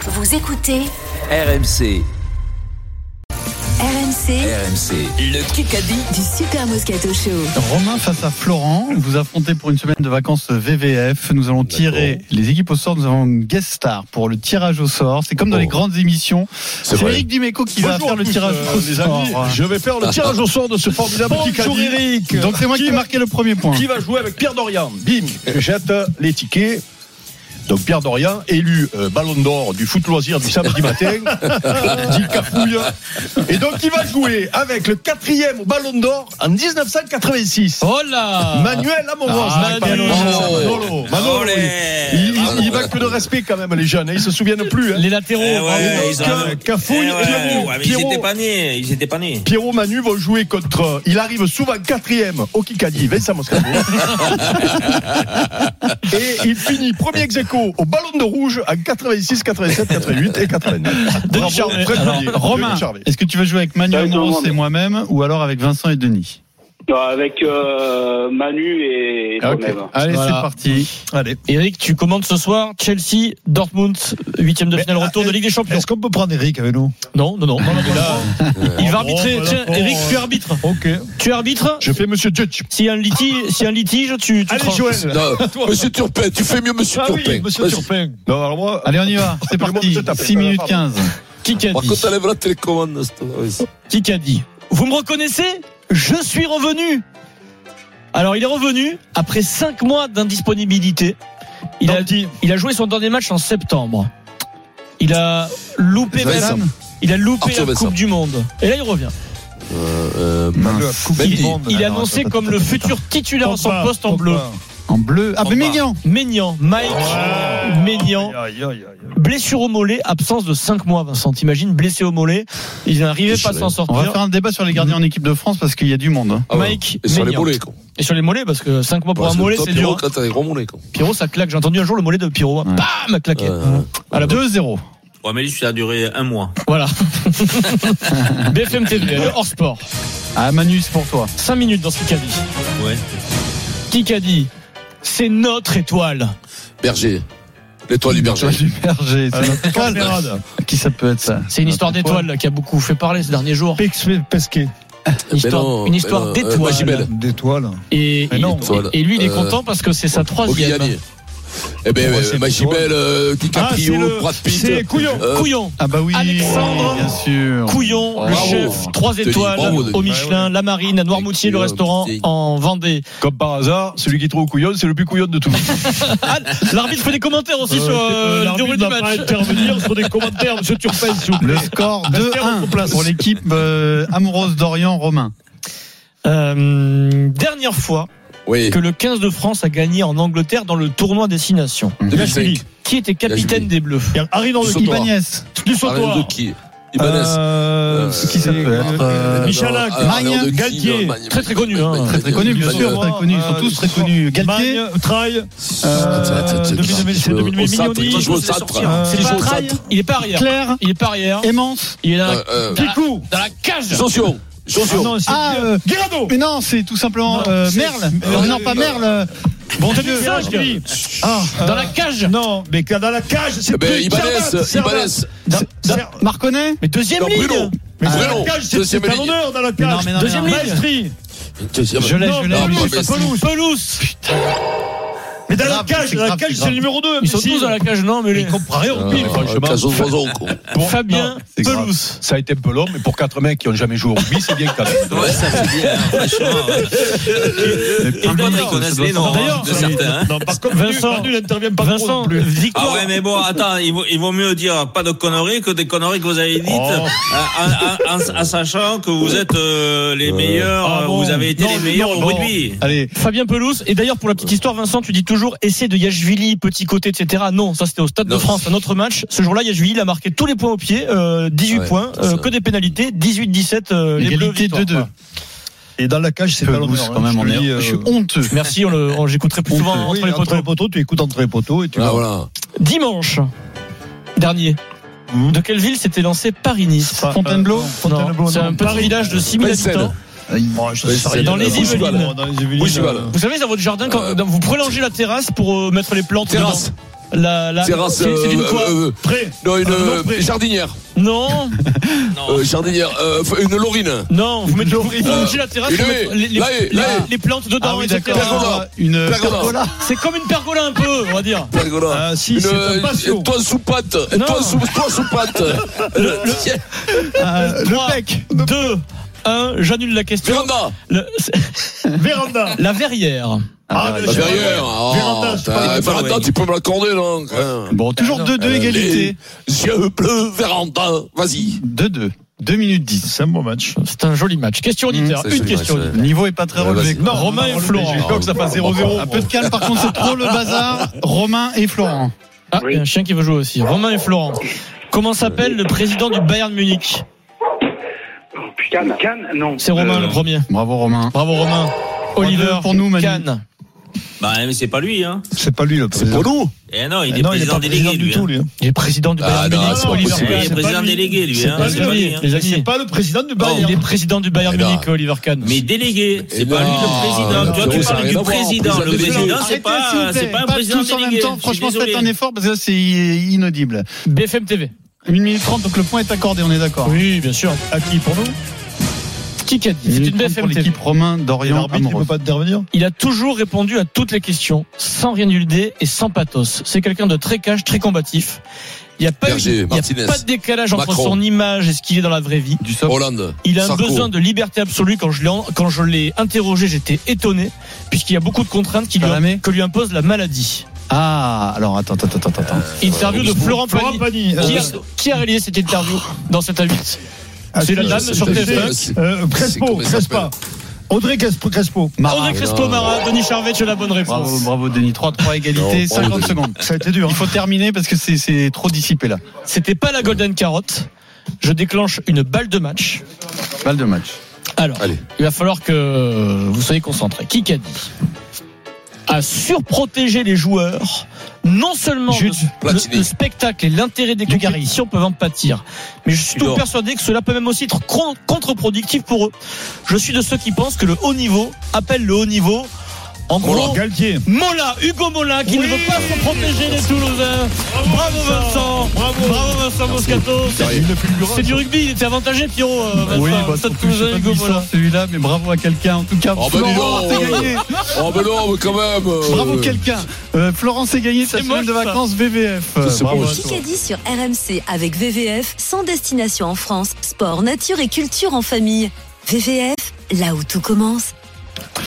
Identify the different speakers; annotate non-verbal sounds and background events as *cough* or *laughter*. Speaker 1: Vous écoutez
Speaker 2: RMC,
Speaker 1: RMC
Speaker 2: RMC, le Kikadi.
Speaker 1: du Super Moscato Show.
Speaker 3: Romain face à Florent, vous affrontez pour une semaine de vacances VVF. Nous allons tirer les équipes au sort. Nous avons une guest star pour le tirage au sort. C'est comme dans les grandes émissions. C'est
Speaker 4: vrai.
Speaker 3: Eric Dimeco qui va
Speaker 4: Bonjour
Speaker 3: faire le
Speaker 4: à tous,
Speaker 3: tirage
Speaker 4: euh,
Speaker 3: au
Speaker 4: les
Speaker 3: sort.
Speaker 4: amis. Je vais faire le tirage au sort de ce formidable
Speaker 3: Bonjour
Speaker 4: Kikadi.
Speaker 3: Eric. Donc c'est moi qui ai marqué le premier point.
Speaker 4: Qui va jouer avec Pierre Dorian Bim, je jette les tickets. Donc Pierre Dorian, élu euh, ballon d'or du foot loisir du
Speaker 3: *laughs*
Speaker 4: samedi matin, dit Capouille. Et donc il va jouer avec le quatrième ballon d'or en 1986.
Speaker 3: Oh là
Speaker 4: Manuel Amoros.
Speaker 3: Ah, Manuel Amoros.
Speaker 4: Manolo, Manolo,
Speaker 2: Olé.
Speaker 4: oui. il, il- il manque de respect quand même les jeunes, hein, ils se souviennent plus. hein.
Speaker 3: Les latéraux.
Speaker 5: Eh ouais,
Speaker 4: Et
Speaker 5: ils
Speaker 4: donc,
Speaker 5: ont-
Speaker 4: euh, Cafouille,
Speaker 5: Eh ouais,
Speaker 4: Pierrot,
Speaker 5: ouais, mais ils
Speaker 4: Pierrot,
Speaker 5: étaient pas nés, ils étaient pas nés.
Speaker 4: Pierrot Manu vont jouer contre. euh, Il arrive souvent quatrième au Kikadi,
Speaker 3: *laughs*
Speaker 4: Vincent Moscato. et il finit premier ex aequo au Ballon de Rouge en 86, 87, 88 et 89.
Speaker 3: Denis
Speaker 4: Bravo,
Speaker 3: Charvet.
Speaker 4: Fred
Speaker 3: Alors,
Speaker 4: Meunier,
Speaker 3: Romain,
Speaker 4: Denis Charvet.
Speaker 3: est-ce que tu veux jouer avec Manuel
Speaker 6: Salut tout le
Speaker 3: Moros et
Speaker 6: monde.
Speaker 3: moi-même ou alors avec Vincent et Denis
Speaker 6: Bah, Avec euh, Manu et
Speaker 4: Ah, ok.
Speaker 6: toi-même.
Speaker 3: Allez, c'est
Speaker 7: Voilà.
Speaker 3: parti. Allez.
Speaker 7: Eric, tu commandes ce soir Chelsea, Dortmund, huitième de finale, retour de Ligue des Champions.
Speaker 3: qu'on peut prendre Eric avec nous
Speaker 7: Non, non, non. non,
Speaker 4: Ah,
Speaker 7: non, non. Il va arbitrer.
Speaker 4: bon,
Speaker 7: Tiens,
Speaker 4: bon,
Speaker 7: Eric,
Speaker 4: bon,
Speaker 7: tu arbitres.
Speaker 3: Ok.
Speaker 7: Tu arbitres.
Speaker 4: Je fais Monsieur Judge.
Speaker 7: S'il y a un litige, s'il y a un litige, tu, tu
Speaker 4: Allez,
Speaker 7: tranches.
Speaker 4: Joël.
Speaker 8: *laughs*
Speaker 4: Ah
Speaker 8: Non, Monsieur Turpin, tu fais mieux Monsieur Turpin. Vas-y.
Speaker 4: Non, alors moi,
Speaker 3: Allez, on y va. C'est
Speaker 4: Tout le monde
Speaker 3: parti.
Speaker 4: se tape.
Speaker 3: 6 minutes
Speaker 4: Pardon.
Speaker 3: 15.
Speaker 7: Qui qu'a
Speaker 8: Par
Speaker 7: dit
Speaker 8: contre, t'enlèves la télécommande. c'est- vas-y.
Speaker 7: Qui qu'a dit Vous me reconnaissez Je suis revenu. Alors, il est revenu après cinq mois d'indisponibilité. Il a,
Speaker 4: dit.
Speaker 7: il a joué son dernier match en septembre. Il a loupé, la-
Speaker 8: Vincent.
Speaker 7: il a loupé
Speaker 8: Arthur
Speaker 7: la
Speaker 8: Vincent.
Speaker 7: Coupe du Monde. Et là, il revient.
Speaker 8: Euh, euh, mince.
Speaker 7: Il,
Speaker 8: Mendy.
Speaker 4: Ah
Speaker 7: il est annoncé comme le futur titulaire en son poste en bleu.
Speaker 3: En bleu. Ah, mais
Speaker 7: Pogba.
Speaker 3: Mignon.
Speaker 7: Maignan, Mike Maignan,
Speaker 4: Aïe, aïe, aïe, aïe.
Speaker 7: blessure au mollet, absence de 5 mois, Vincent. T'imagines, blessé au mollet, il n'arrivait pas à s'en
Speaker 3: On va
Speaker 7: sortir.
Speaker 3: faire un débat sur les gardiens en équipe de France parce qu'il y a du monde. hein.
Speaker 8: Ah ouais.
Speaker 7: Mike
Speaker 8: Et sur les
Speaker 7: Maignan.
Speaker 8: mollets, quoi.
Speaker 7: Et sur les mollets, parce que 5 mois pour
Speaker 8: Parce
Speaker 7: un
Speaker 8: que
Speaker 7: mollet,
Speaker 8: toi,
Speaker 7: c'est
Speaker 8: Pierrot,
Speaker 7: dur.
Speaker 8: Quand t'as des gros mollets, quoi.
Speaker 7: Pyro, ça claque. J'ai entendu un jour le mollet de Pyro. Bam, a claqué.
Speaker 8: Euh,
Speaker 7: À la bonne-
Speaker 3: 2-0.
Speaker 5: Ouais, mais lui, ça a duré un mois.
Speaker 7: Voilà. *laughs* BFM TV, le hors sport.
Speaker 3: Ah, Manu, c'est pour toi.
Speaker 7: 5 minutes dans ce Kikadi.
Speaker 5: Ouais.
Speaker 7: Kikadi, c'est notre étoile.
Speaker 8: Berger. L'étoile du berger.
Speaker 3: Joachim Berger, c'est notre étoile.
Speaker 4: Conrad.
Speaker 3: Qui ça peut être ça
Speaker 8: Euh,
Speaker 7: C'est une histoire d'étoile là, qui a beaucoup fait parler ces derniers jours.
Speaker 3: Pesquet.
Speaker 7: Une histoire,
Speaker 8: non,
Speaker 7: une
Speaker 8: mais
Speaker 7: histoire
Speaker 8: non, euh,
Speaker 7: d'étoile.
Speaker 8: Magibel.
Speaker 3: D'étoile.
Speaker 7: Et,
Speaker 3: Mais
Speaker 7: il-
Speaker 3: non.
Speaker 7: et lui, il est
Speaker 8: Euh,
Speaker 7: content parce que c'est sa troisième.
Speaker 8: Ogilvy. Eh ben,
Speaker 3: Ouais, c'est
Speaker 8: euh, Magibel, euh, DiCaprio,
Speaker 4: Ah, c'est le-
Speaker 8: Brad Pitt.
Speaker 4: C'est couillon.
Speaker 8: Euh,
Speaker 7: Couillon,
Speaker 3: Ah, bah oui.
Speaker 7: Alexandre.
Speaker 3: Bien sûr.
Speaker 7: Couillon, le
Speaker 8: Bravo.
Speaker 7: chef, trois
Speaker 8: Denis,
Speaker 7: étoiles
Speaker 8: bravo, Denis.
Speaker 7: au Michelin, la Marine, à Noirmoutier, le
Speaker 8: Couillon,
Speaker 7: restaurant
Speaker 8: petit.
Speaker 7: en Vendée.
Speaker 4: Comme par hasard, celui qui trouve couillon, c'est le plus couillon
Speaker 3: *laughs*
Speaker 4: de tous.
Speaker 7: Ah, L'arbitre fait des commentaires aussi sur euh, le déroulé du match.
Speaker 4: sur des commentaires, Monsieur Turpin, s'il vous
Speaker 3: Le score
Speaker 4: Restez en
Speaker 3: 2-1
Speaker 4: place.
Speaker 3: pour l'équipe euh, amoureuse d'Orient Romain.
Speaker 7: Euh, dernière fois
Speaker 8: Oui.
Speaker 7: que le 15 de France a gagné en Angleterre dans le tournoi Destination.
Speaker 8: 2005.
Speaker 7: Qui était
Speaker 8: Bien joué.
Speaker 7: capitaine des Bleus
Speaker 4: Harry
Speaker 8: Dans le
Speaker 3: Ibanez.
Speaker 7: Du
Speaker 8: Arnaud
Speaker 7: sautoir.
Speaker 8: de qui Ibanez.
Speaker 3: Euh,
Speaker 8: Euh,
Speaker 3: qui ça peut être Euh,
Speaker 8: Michalak.
Speaker 3: Magnan.
Speaker 8: Galtier.
Speaker 7: Très, très connu, hein.
Speaker 3: Très très connu, bien sûr. Très connu. Ils sont tous très connus. Galtier.
Speaker 4: Trail,
Speaker 8: C'est
Speaker 4: Dominique Mignoni,
Speaker 8: Qui joue au
Speaker 5: c'est
Speaker 8: centre
Speaker 5: sorti,
Speaker 3: hein.
Speaker 8: Qui
Speaker 7: C'est
Speaker 8: joue
Speaker 7: pas
Speaker 8: au
Speaker 7: Traille,
Speaker 8: centre
Speaker 7: il est pas arrière.
Speaker 3: Claire.
Speaker 7: Il est pas arrière.
Speaker 3: Aimance.
Speaker 7: Il est dans la,
Speaker 8: Euh, euh, Eh
Speaker 7: dans la- dans la cage.
Speaker 8: Jonction. Jonction.
Speaker 3: Ah, euh, mais non, c'est tout simplement euh, Merle. Euh, non, pas Merle. euh, Bon Dieu. Ah,
Speaker 7: Dans la cage.
Speaker 4: Non, mais dans la cage, c'est
Speaker 8: Eh ben, Ibanez. Ibanez.
Speaker 3: Marconnet.
Speaker 7: Mais deuxième
Speaker 8: Non,
Speaker 7: ligne.
Speaker 8: Bruno. Bruno. Deuxième ligne.
Speaker 4: dans la
Speaker 3: Mais non, mais non, mais
Speaker 7: Deuxième
Speaker 3: non.
Speaker 7: ligne.
Speaker 8: Deuxième.
Speaker 3: Je l'ai, je l'ai,
Speaker 8: Ah,
Speaker 3: lui,
Speaker 8: bah,
Speaker 3: c'est
Speaker 8: mais si.
Speaker 7: Pelouse. Pelouse.
Speaker 4: Mais dans
Speaker 3: grave, c'est grave, c'est grave.
Speaker 4: numéro 2.
Speaker 7: Ils sont tous dans la cage, non, mais les...
Speaker 8: Euh, Cage aux oiseaux, quoi. Ah,
Speaker 7: Fabien
Speaker 4: c'est grave.
Speaker 7: Pelouse.
Speaker 4: Ça a été un peu long, mais pour quatre mecs qui n'ont jamais joué au rugby, c'est bien quand même.
Speaker 5: Ouais, ça fait bien, hein, franchement. ouais. Et d'autres, ils connaissent les noms, hein,
Speaker 7: D'ailleurs,
Speaker 5: de certains. hein.
Speaker 7: Vincent, intervient pas Vincent,
Speaker 5: Ah
Speaker 7: victoire.
Speaker 5: ouais, mais bon, attends, il vaut, il vaut mieux dire pas de conneries que des conneries que vous avez dites, hein, en, en- en- en sachant que vous êtes euh, les meilleurs,
Speaker 7: ah
Speaker 5: euh,
Speaker 7: bon.
Speaker 5: vous avez été
Speaker 7: Non,
Speaker 5: les meilleurs
Speaker 7: non,
Speaker 5: au rugby.
Speaker 3: Allez,
Speaker 7: Fabien Pelouse. Et d'ailleurs, pour la petite histoire, Vincent, tu dis toujours essai de Yashvili, petit côté, etc. Non, ça c'était au Stade de
Speaker 8: Non.
Speaker 7: France, un autre match. Ce jour-là, Yashvili a marqué tous les points au pied, euh, 18
Speaker 8: Ouais,
Speaker 7: points,
Speaker 8: c'est
Speaker 7: euh,
Speaker 8: ça.
Speaker 7: que des pénalités, 18-17, euh, les Bleus.
Speaker 3: égalité
Speaker 7: victoire.
Speaker 3: 2-2.
Speaker 4: Et dans la cage, c'est pas hein.
Speaker 3: Pelouse,
Speaker 4: l'honneur.
Speaker 5: hein.
Speaker 3: quand même, on est.
Speaker 4: euh,
Speaker 5: euh,
Speaker 3: Je suis honteux.
Speaker 7: Merci, on le- on- j'écouterai plus souvent entre les poteaux.
Speaker 4: tu écoutes entre les poteaux et tu
Speaker 8: Ah, voilà.
Speaker 7: Dimanche dernier.
Speaker 8: Mmh.
Speaker 7: De quelle ville s'était lancé Paris-Nice Euh,
Speaker 3: Fontainebleau
Speaker 7: Non,
Speaker 4: Fontainebleau,
Speaker 7: C'est
Speaker 4: non.
Speaker 7: un petit village de 6000
Speaker 8: Vincennes.
Speaker 7: habitants.
Speaker 4: Ah,
Speaker 7: Dans les Yvelines.
Speaker 4: Dans les Yvelines. Ah,
Speaker 8: Bougival.
Speaker 7: Vous savez, dans votre jardin, quand
Speaker 8: Euh,
Speaker 7: vous prolongez la terrasse pour euh, mettre les plantes.
Speaker 8: Terrasse.
Speaker 7: dedans. La, la,
Speaker 8: Terrasse,
Speaker 7: c'est c'est une
Speaker 8: euh,
Speaker 7: quoi
Speaker 8: euh, euh,
Speaker 4: Prêt
Speaker 8: non, une
Speaker 4: Euh, non,
Speaker 8: euh,
Speaker 4: prêt.
Speaker 8: jardinière.
Speaker 7: Non,
Speaker 8: Euh, jardinière. euh, f- une laurine.
Speaker 7: non, vous mettez, vous mangez la terrasse,
Speaker 8: il
Speaker 7: vous
Speaker 8: est,
Speaker 7: mettez les, les,
Speaker 8: là, il est, là,
Speaker 7: les-
Speaker 8: il est.
Speaker 7: les plantes dedans,
Speaker 3: Ah oui,
Speaker 7: etc.
Speaker 3: d'accord. Une euh,
Speaker 8: Pergola.
Speaker 3: pergola.
Speaker 7: C'est comme une pergola un peu, on va dire.
Speaker 8: Pergola.
Speaker 3: Ah, si,
Speaker 8: une,
Speaker 5: euh,
Speaker 8: euh,
Speaker 3: c'est un patio.
Speaker 8: une toile sous pâte. Une
Speaker 7: Non.
Speaker 8: toile sous, toile sous pâte. Tiens,
Speaker 3: Euh,
Speaker 7: Trois,
Speaker 3: Le pec.
Speaker 7: 2, 1, j'annule la question.
Speaker 8: Véranda.
Speaker 7: Le- c'est-
Speaker 4: Véranda.
Speaker 7: la verrière.
Speaker 4: Ah,
Speaker 8: La
Speaker 4: je-
Speaker 8: verrière. Oh,
Speaker 4: Véranda, je sais pas.
Speaker 8: t'as- Véranda, tu peux me l'accorder, non
Speaker 3: Bon, toujours
Speaker 7: euh,
Speaker 3: 2-2 égalité.
Speaker 8: Les yeux bleus, Véranda. Vas-y.
Speaker 3: 2-2. 2 minutes 10.
Speaker 4: C'est un bon match.
Speaker 7: C'est un joli match. Question auditeur,
Speaker 8: c'est
Speaker 7: une
Speaker 8: joli
Speaker 7: question
Speaker 8: match,
Speaker 7: auditeur.
Speaker 3: Le niveau est pas très
Speaker 8: Ouais,
Speaker 3: relevé.
Speaker 8: vas-y.
Speaker 3: Non,
Speaker 7: Romain et Florent.
Speaker 4: Donc ça passe 0-0.
Speaker 5: Ah
Speaker 3: Un peu de calme, par contre, c'est trop le bazar. Romain et Florent.
Speaker 7: Ah, il y a un chien qui veut jouer aussi. Romain et Florent. Comment s'appelle le président du Bayern Munich
Speaker 6: Cannes. Cannes, non.
Speaker 7: C'est Romain
Speaker 3: Euh,
Speaker 7: le premier.
Speaker 3: Bravo, Romain.
Speaker 7: Bravo Romain. Oliver
Speaker 3: pour nous, Manu.
Speaker 7: Kahn.
Speaker 5: Bah, mais c'est pas lui, hein.
Speaker 4: C'est pas lui le président.
Speaker 8: nous.
Speaker 5: Eh non,
Speaker 3: Euh,
Speaker 5: il est
Speaker 4: Non, il est
Speaker 5: président
Speaker 4: pas
Speaker 5: délégué,
Speaker 4: président du
Speaker 5: lui. hein.
Speaker 4: tout, lui. hein.
Speaker 7: Il est président du
Speaker 8: Ah,
Speaker 7: Bayern
Speaker 8: non,
Speaker 7: Munich.
Speaker 8: c'est pas
Speaker 7: Oliver
Speaker 5: Eh,
Speaker 8: possible.
Speaker 7: Kahn.
Speaker 5: Il est
Speaker 4: c'est pas
Speaker 5: président
Speaker 4: lui.
Speaker 5: délégué, lui,
Speaker 7: C'est
Speaker 5: hein.
Speaker 7: pas
Speaker 5: C'est
Speaker 7: lui,
Speaker 5: pas lui, hein.
Speaker 7: les
Speaker 4: C'est
Speaker 7: amis.
Speaker 4: pas le président du Bayern.
Speaker 7: Il est président du Bayern
Speaker 8: Mais non.
Speaker 7: Munich, Oliver Kahn.
Speaker 5: Mais délégué, c'est
Speaker 8: Et
Speaker 5: pas lui
Speaker 8: non,
Speaker 5: le
Speaker 8: non,
Speaker 5: président. Tu vois, tu
Speaker 8: ça a
Speaker 5: parles
Speaker 8: rien
Speaker 5: du
Speaker 8: à voir,
Speaker 5: président.
Speaker 8: président
Speaker 5: Le
Speaker 8: délégué.
Speaker 5: président,
Speaker 8: Non,
Speaker 5: c'est
Speaker 3: Arrêtez, s'il vous
Speaker 5: pas,
Speaker 3: plaît.
Speaker 5: c'est pas un
Speaker 3: Pas
Speaker 5: président
Speaker 3: tous en même
Speaker 5: délégué.
Speaker 3: temps.
Speaker 5: Je suis
Speaker 3: Franchement, faites un
Speaker 5: désolé.
Speaker 3: effort parce que là, c'est inaudible.
Speaker 7: BFM TV.
Speaker 3: 1 minute 30, donc le point est accordé, on est d'accord.
Speaker 7: Oui, bien sûr.
Speaker 4: À qui pour nous
Speaker 7: Qui qu'a dit C'est une
Speaker 3: pour
Speaker 7: BFM TV.
Speaker 3: l'équipe Romain, Dorian,
Speaker 4: L'arbitre, il peut
Speaker 3: Amorose.
Speaker 4: pas intervenir
Speaker 7: Il a toujours répondu à toutes les questions, sans rien nulder et sans pathos. C'est quelqu'un de très cash, très combatif. Il n'y a, pas eu-
Speaker 8: Berger,
Speaker 7: il y
Speaker 8: Martinez,
Speaker 7: a pas de décalage entre
Speaker 8: Macron.
Speaker 7: son image et ce qu'il est dans la vraie vie.
Speaker 3: Du soft.
Speaker 8: Hollande.
Speaker 7: Il a un
Speaker 8: Sarko.
Speaker 7: besoin de liberté absolue. Quand je l'ai, en- quand je l'ai interrogé, j'étais étonné, puisqu'il y a beaucoup de contraintes qui lui,
Speaker 3: Salamé.
Speaker 7: que lui impose la maladie.
Speaker 3: Ah, alors attends, attends, attends, attends. Euh,
Speaker 7: Interview de Florent
Speaker 4: Florent
Speaker 7: Pagny.
Speaker 4: Pagny.
Speaker 7: Qui a,
Speaker 4: euh,
Speaker 7: qui a réalisé cette interview dans cette A8 C'est la
Speaker 4: qui-
Speaker 7: dame sur
Speaker 8: c'est-
Speaker 7: TF1.
Speaker 8: c'est-
Speaker 4: Euh,
Speaker 8: C'est
Speaker 4: Crespo,
Speaker 8: comment il
Speaker 4: Crespa. Audrey Crespo. Crespo.
Speaker 8: Ah,
Speaker 7: André Crespo Marat, Denis Charvet, c'est la bonne
Speaker 3: Bravo,
Speaker 7: réponse.
Speaker 3: bravo Denis. 3-3 égalité,
Speaker 8: Non, bravo,
Speaker 3: 50
Speaker 8: Denis.
Speaker 3: secondes. Ça a été
Speaker 4: hein.
Speaker 3: dur. Il faut terminer parce que c'est- c'est trop dissipé là.
Speaker 7: C'était pas la Golden Carotte. Je déclenche une balle de match.
Speaker 3: Balle de match.
Speaker 7: Alors,
Speaker 8: Allez.
Speaker 7: il va falloir que vous soyez concentrés. Qui qu'a dit à surprotéger les joueurs, non seulement
Speaker 3: Jude
Speaker 7: le,
Speaker 8: Platini.
Speaker 7: le spectacle et l'intérêt des compétitions peuvent en pâtir, mais je suis tout
Speaker 5: Tudor.
Speaker 7: persuadé que cela peut même aussi être con- contre-productif pour eux. Je suis de ceux qui pensent que le haut niveau appelle le haut niveau. En gros,
Speaker 4: Galtier.
Speaker 7: Mola, Hugo Mola, qui ne veut pas se protéger des Toulousains. Bravo Vincent, bravo, Vincent Moscato. C'est- C'est du rugby, il était avantagé, Pierrot. euh, Vincent.
Speaker 3: Oui, bah,
Speaker 7: Stade
Speaker 3: surtout que je sais
Speaker 7: Toulousain,
Speaker 3: pas
Speaker 7: Hugo
Speaker 3: qui
Speaker 7: Mola.
Speaker 3: sort celui-là, mais bravo à quelqu'un. En tout cas,
Speaker 8: Oh, bah, dis
Speaker 3: Florent,
Speaker 8: donc.
Speaker 3: c'est gagné.
Speaker 8: Oh, mais non, mais quand même. euh,
Speaker 3: Bravo quelqu'un. Euh, Florent, c'est gagné sa
Speaker 7: C'est
Speaker 3: semaine
Speaker 7: moche,
Speaker 3: de
Speaker 7: ça.
Speaker 3: vacances VVF. Euh,
Speaker 8: c'est
Speaker 3: bravo
Speaker 8: moche.
Speaker 3: à toi.
Speaker 1: Kikadi sur RMC avec VVF, sans destination en France, sport, nature et culture en famille. VVF, là où tout commence.